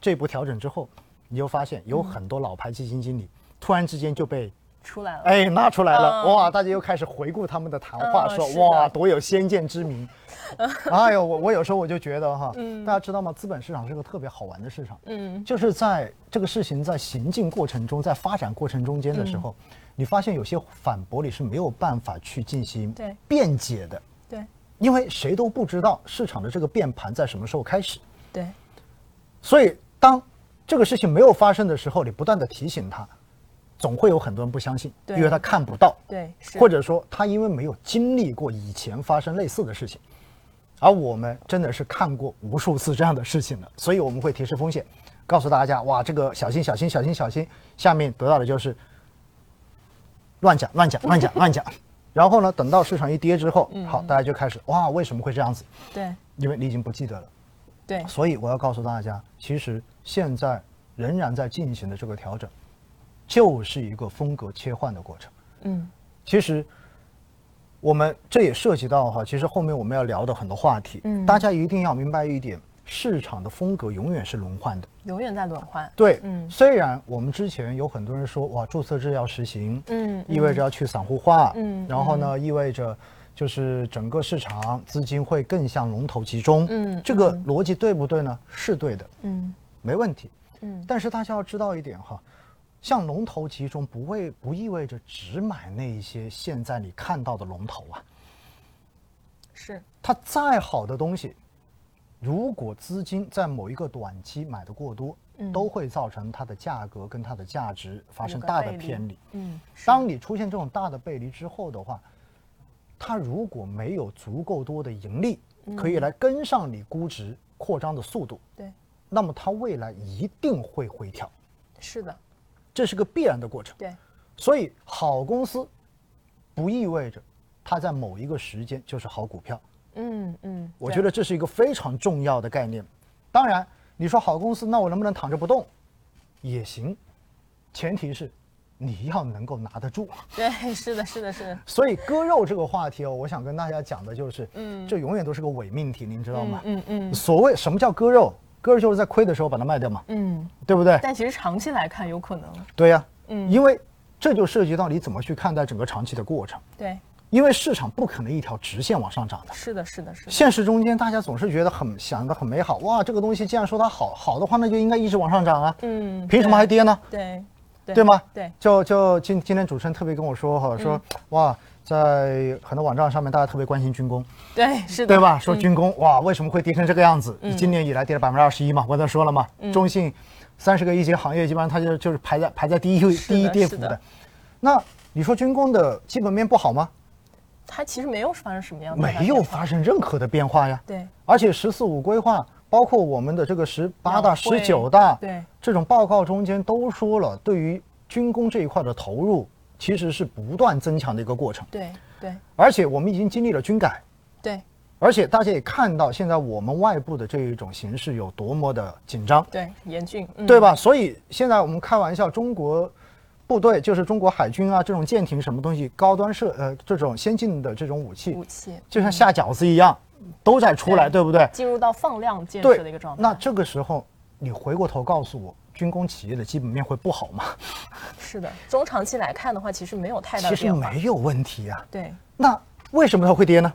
这波调整之后，你就发现有嗯很多老牌基金经理突然之间就被出来了。哎拿出来了，嗯哇，大家又开始回顾他们的谈话，嗯说是的嗯哇多有先见之明。 哎呦，我我有时候我就觉得哈，大家知道吗？资本市场是个特别好玩的市场，嗯，就是在这个事情在行进过程中，在发展过程中间嗯的时候，你发现有些反驳你是没有办法去进行对辩解的，对因为谁都不知道市场的这个变盘在什么时候开始。对，所以当这个事情没有发生的时候，你不断的提醒他，总会有很多人不相信，对因为他看不到，对是或者说他因为没有经历过以前发生类似的事情，而我们真的是看过无数次这样的事情了，所以我们会提示风险，告诉大家，哇，这个小心小心小心小心，下面得到的就是乱讲乱讲乱讲乱 讲，然后呢，等到市场一跌之后，嗯好，大家就开始哇，为什么会这样子？对因为你已经不记得了。对所以我要告诉大家，其实现在仍然在进行的这个调整，就是一个风格切换的过程。嗯其实我们这也涉及到哈，其实后面我们要聊的很多话题，嗯大家一定要明白一点，市场的风格永远是轮换的。永远在轮换。对，嗯虽然我们之前有很多人说哇，注册制要实行，嗯意味着要去散户化，嗯然后呢，意味着就是整个市场资金会更向龙头集中，嗯这个逻辑对不对呢？是对的，嗯没问题。嗯但是大家要知道一点哈，像龙头集中不会不意味着只买那一些现在你看到的龙头啊，是它再好的东西，如果资金在某一个短期买的过多，嗯都会造成它的价格跟它的价值发生有个大的背离偏离。嗯是当你出现这种大的背离之后的话，它如果没有足够多的盈利，可以来跟上你估值扩张的速度，对那么它未来一定会回调，是的这是个必然的过程。对所以，好公司不意味着它在某一个时间就是好股票，嗯嗯我对觉得这是一个非常重要的概念。当然，你说好公司，那我能不能躺着不动也行，前提是你要能够拿得住。 对 是的是的是的所以割肉这个话题哦，我想跟大家讲的就是，嗯这永远都是个伪命题，您知道吗？嗯嗯所谓什么叫割肉？割肉就是在亏的时候把它卖掉嘛，嗯，对不对？但其实长期来看有可能对呀、嗯因为这就涉及到你怎么去看待整个长期的过程。对因为市场不可能一条直线往上涨的。是的是的是的现实中间，大家总是觉得很想的很美好，哇，这个东西既然说它好好的话，那就应该一直往上涨啊，嗯凭什么还跌呢？对对对吗？对嗯就就今今天主持人特别跟我说哈，说、哇，在很多网站上面，大家特别关心军工，对是的嗯对吧？说军工、哇，为什么会跌成这个样子？今年以来跌了百分之二十一嘛，我都说了嘛，嗯中信三十个一级行业，基本上它就就是排在排在第一位是的第一跌幅是的的。那你说军工的基本面不好吗？它其实没有发生什么样的没有发生任何的变化呀。对而且“十四五”规划，包括我们的这个十八大、两会十九大，对这种报告中间都说了，对于军工这一块的投入其实是不断增强的一个过程。对对而且我们已经经历了军改，对而且大家也看到现在我们外部的这一种形势有多么的紧张，对严峻嗯对吧？所以现在我们开玩笑，中国部队就是中国海军啊，这种舰艇什么东西，高端设呃这种先进的这种武器武，器就像下饺子一样，都在出来，对对不对？进入到放量建对设的一个状态那这个时候，你回过头告诉我，军工企业的基本面会不好吗？是的中长期来看的话其实没有太大其的实变化没有问题啊。对那为什么它会跌呢？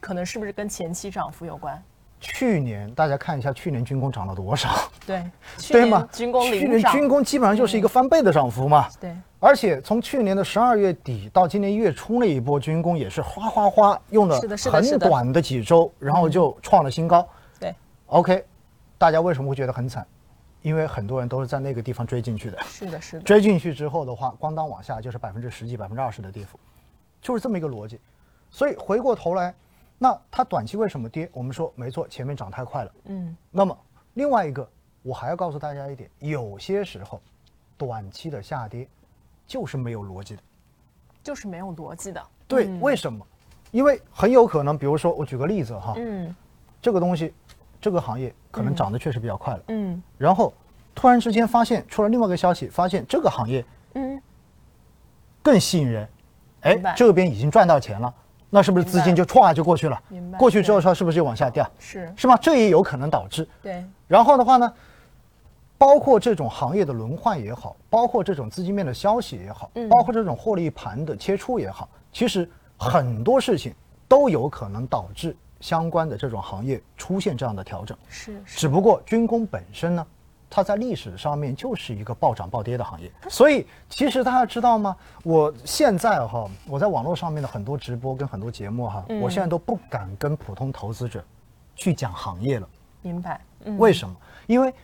可能是不是跟前期涨幅有关去年大家看一下，去年军工涨了多少，对去对吗年？军工去领年涨军工基本上就是一个翻倍的涨幅嘛。对而且从去年的十二月底到今年一月初那一波军工也是哗哗哗用了是的是的是很的嗯短的几周，然后就创了新高。对 OK，大家为什么会觉得很惨？因为很多人都是在那个地方追进去的。是的是的追进去之后的话，咣当往下就是百分之十几、百分之二十的跌幅，就是这么一个逻辑。所以回过头来，那它短期为什么跌？我们说没错，前面涨太快了。嗯那么另外一个，我还要告诉大家一点，有些时候短期的下跌就是没有逻辑的。就是没有逻辑的对，为什么？因为很有可能，比如说我举个例子哈，嗯这个东西，这个行业可能涨得确实比较快了，嗯然后突然之间发现出了另外一个消息，发现这个行业嗯更吸引人。哎明白，这边已经赚到钱了，那是不是资金明白就歘就过去了明？白过去之后，它是不是就往下掉？是是吧？这也有可能导致。对然后的话呢，包括这种行业的轮换也好，包括这种资金面的消息也嗯好，包括这种获利盘的切出也好，其实很多事情都有可能导致相关的这种行业出现这样的调整。是是只不过军工本身呢，它在历史上面就是一个暴涨暴跌的行业，所以其实大家知道吗？我现在哈，我在网络上面的很多直播跟很多节目哈，嗯我现在都不敢跟普通投资者去讲行业了，明白，嗯，为什么？因为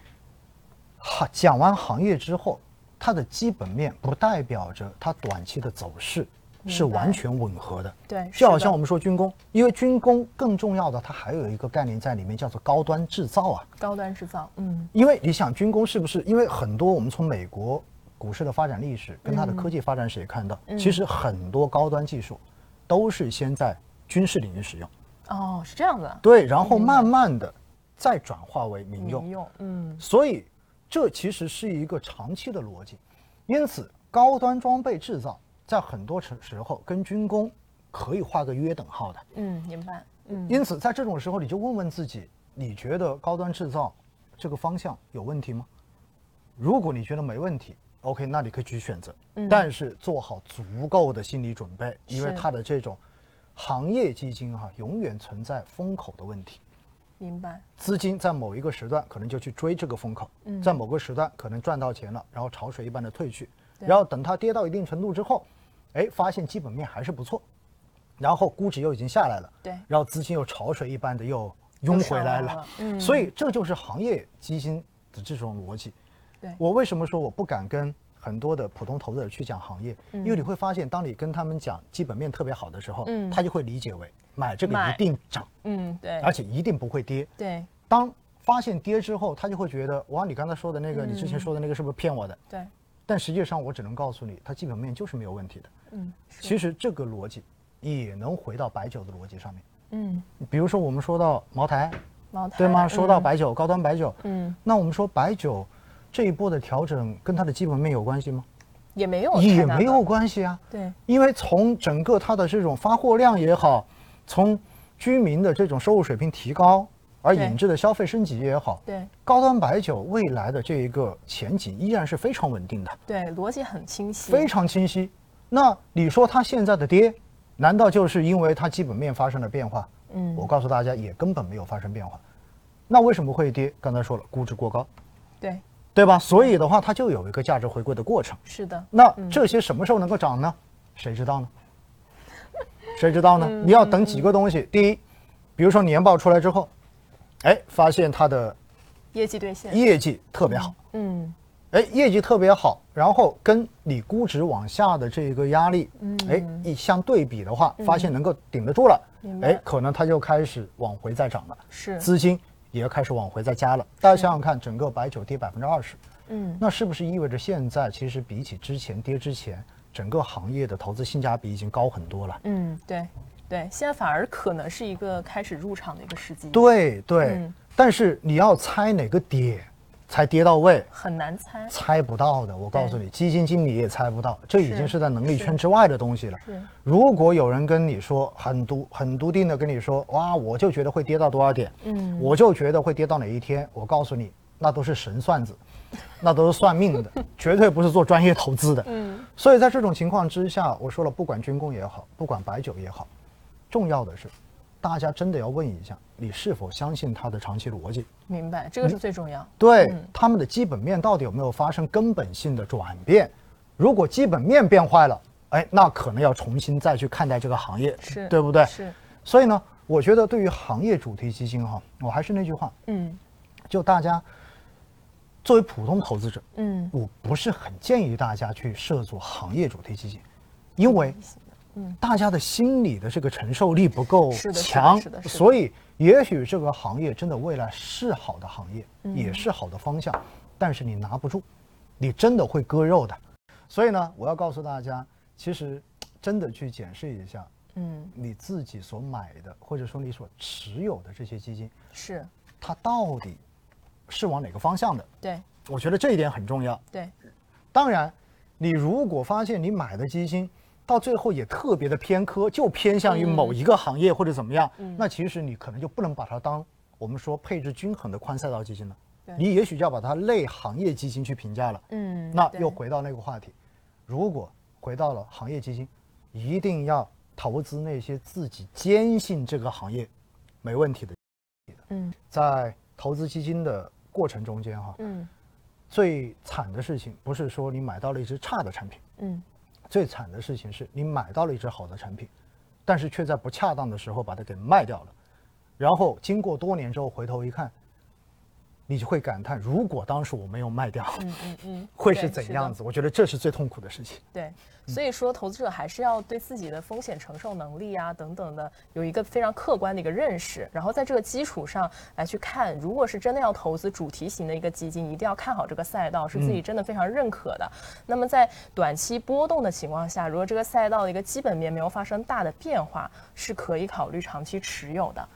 哈讲完行业之后，它的基本面不代表着它短期的走势是明白完全吻合的。对，就好是像的我们说军工，因为军工更重要的，它还有一个概念在里面，叫做高端制造啊。高端制造，嗯，因为你想军工是不是？因为很多我们从美国股市的发展历史跟它的科技发展史也看到，嗯其实很多高端技术都是先在军事领域使用，哦，是这样的，对，然后慢慢的再转化为民用民。用，嗯，所以这其实是一个长期的逻辑。因此，高端装备制造在很多时时候跟军工可以画个约等号的。嗯，明白，嗯，因此，在这种时候，你就问问自己，你觉得高端制造这个方向有问题吗？如果你觉得没问题，OK，那你可以去选择，但是做好足够的心理准备，因为嗯是它的这种行业基金哈、永远存在风口的问题。明白，资金在某一个时段可能就去追这个风口，嗯在某个时段可能赚到钱了，然后潮水一般的退去，对然后等它跌到一定程度之后，哎，发现基本面还是不错，然后估值又已经下来了，对然后资金又潮水一般的又涌回来又上来了了，嗯所以这就是行业基金的这种逻辑。对，我为什么说我不敢跟很多的普通投资者去讲行业？因为你会发现，当你跟他们讲基本面特别好的时候，嗯他就会理解为买这个买一定涨，嗯，对，而且一定不会跌。对当发现跌之后，他就会觉得哇，你刚才说的那个，嗯你之前说的那个是不是骗我的？对，但实际上，我只能告诉你，它基本面就是没有问题的。嗯，是，其实这个逻辑也能回到白酒的逻辑上面。嗯，比如说，我们说到茅台，茅台，对吗？说到嗯，白酒，高端白酒，嗯，那我们说白酒这一波的调整跟它的基本面有关系吗？也没有太也大没的有关系啊。对，因为从整个它的这种发货量也好，从居民的这种收入水平提高而对引致的消费升级也好，对高端白酒未来的这一个前景依然是非常稳定的，对，逻辑很清晰，非常清晰。那你说它现在的跌，难道就是因为它基本面发生了变化？嗯我告诉大家，也根本没有发生变化。那为什么会跌？刚才说了，估值过高，对，对吧？所以的话，它就有一个价值回归的过程。是的，那这些什么时候能够涨呢？谁知道呢？谁知道呢？嗯你要等几个东西。第一，比如说年报出来之后，哎，发现它的业绩兑现，业绩特别好，嗯，哎，业绩特别好，然后跟你估值往下的这个压力，嗯哎，一相对比的话，发现能够顶得住了明，白哎，可能它就开始往回再涨了，是，资金也开始往回再加了。大家想想看，整个白酒跌百分之二十，嗯，那是不是意味着现在其实比起之前跌之前，整个行业的投资性价比已经高很多了？嗯，对，对，现在反而可能是一个开始入场的一个时机，对对，嗯但是你要猜哪个跌才跌到位，很难猜，猜不到的。我告诉你，基金经理也猜不到，这已是经是在能力是圈之外的东西了是。如果有人跟你说很笃很笃定的跟你说，哇，我就觉得会跌到多少点，嗯我就觉得会跌到哪一天，我告诉你，那都是神算子，那都是算命的， 绝对不是做专业投资的。嗯，所以在这种情况之下，我说了，不管军工也好，不管白酒也好，重要的是，大家真的要问一下，你是否相信它的长期逻辑？明白，这个嗯是最重要，对、嗯他们的基本面到底有没有发生根本性的转变？如果基本面变坏了，哎，那可能要重新再去看待这个行业，是对不对？是，所以呢，我觉得对于行业主题基金哈，我还是那句话，嗯就大家作为普通投资者，嗯，我不是很建议大家去涉足行业主题基金，因为大家的心理的这个承受力不够嗯是的是的强是的，是的所以也许这个行业真的未来是好的行业，嗯也是好的方向，但是你拿不住，你真的会割肉的。所以呢，我要告诉大家，其实真的去检视一下嗯你自己所买的，或者说你所持有的这些基金，是，它到底是往哪个方向的。对我觉得这一点很重要。对，当然，你如果发现你买的基金到最后也特别的偏科，就偏向于嗯某一个行业或者怎么样，那其实你可能就不能把它当我们说配置均衡的宽赛道基金了。对你也许就要把它类行业基金去评价了。嗯，那对又回到那个话题，如果回到了行业基金，一定要投资那些自己坚信这个行业没问题的。嗯在投资基金的过程中间哈、嗯最惨的事情不是说你买到了一只差的产品，嗯最惨的事情是你买到了一只好的产品，但是却在不恰当的时候把它给卖掉了，然后经过多年之后回头一看，你就会感叹，如果当时我没有卖掉，嗯嗯嗯，会对是怎的样子？我觉得这是最痛苦的事情。对，所以说投资者还是要对自己的风险承受能力啊等等的有一个非常客观的一个认识，然后在这个基础上来去看，如果是真的要投资主题型的一个基金，一定要看好这个赛道是自己真的非常认可的。那么在短期波动的情况下，如果这个赛道的一个基本面没有发生大的变化，是可以考虑长期持有的。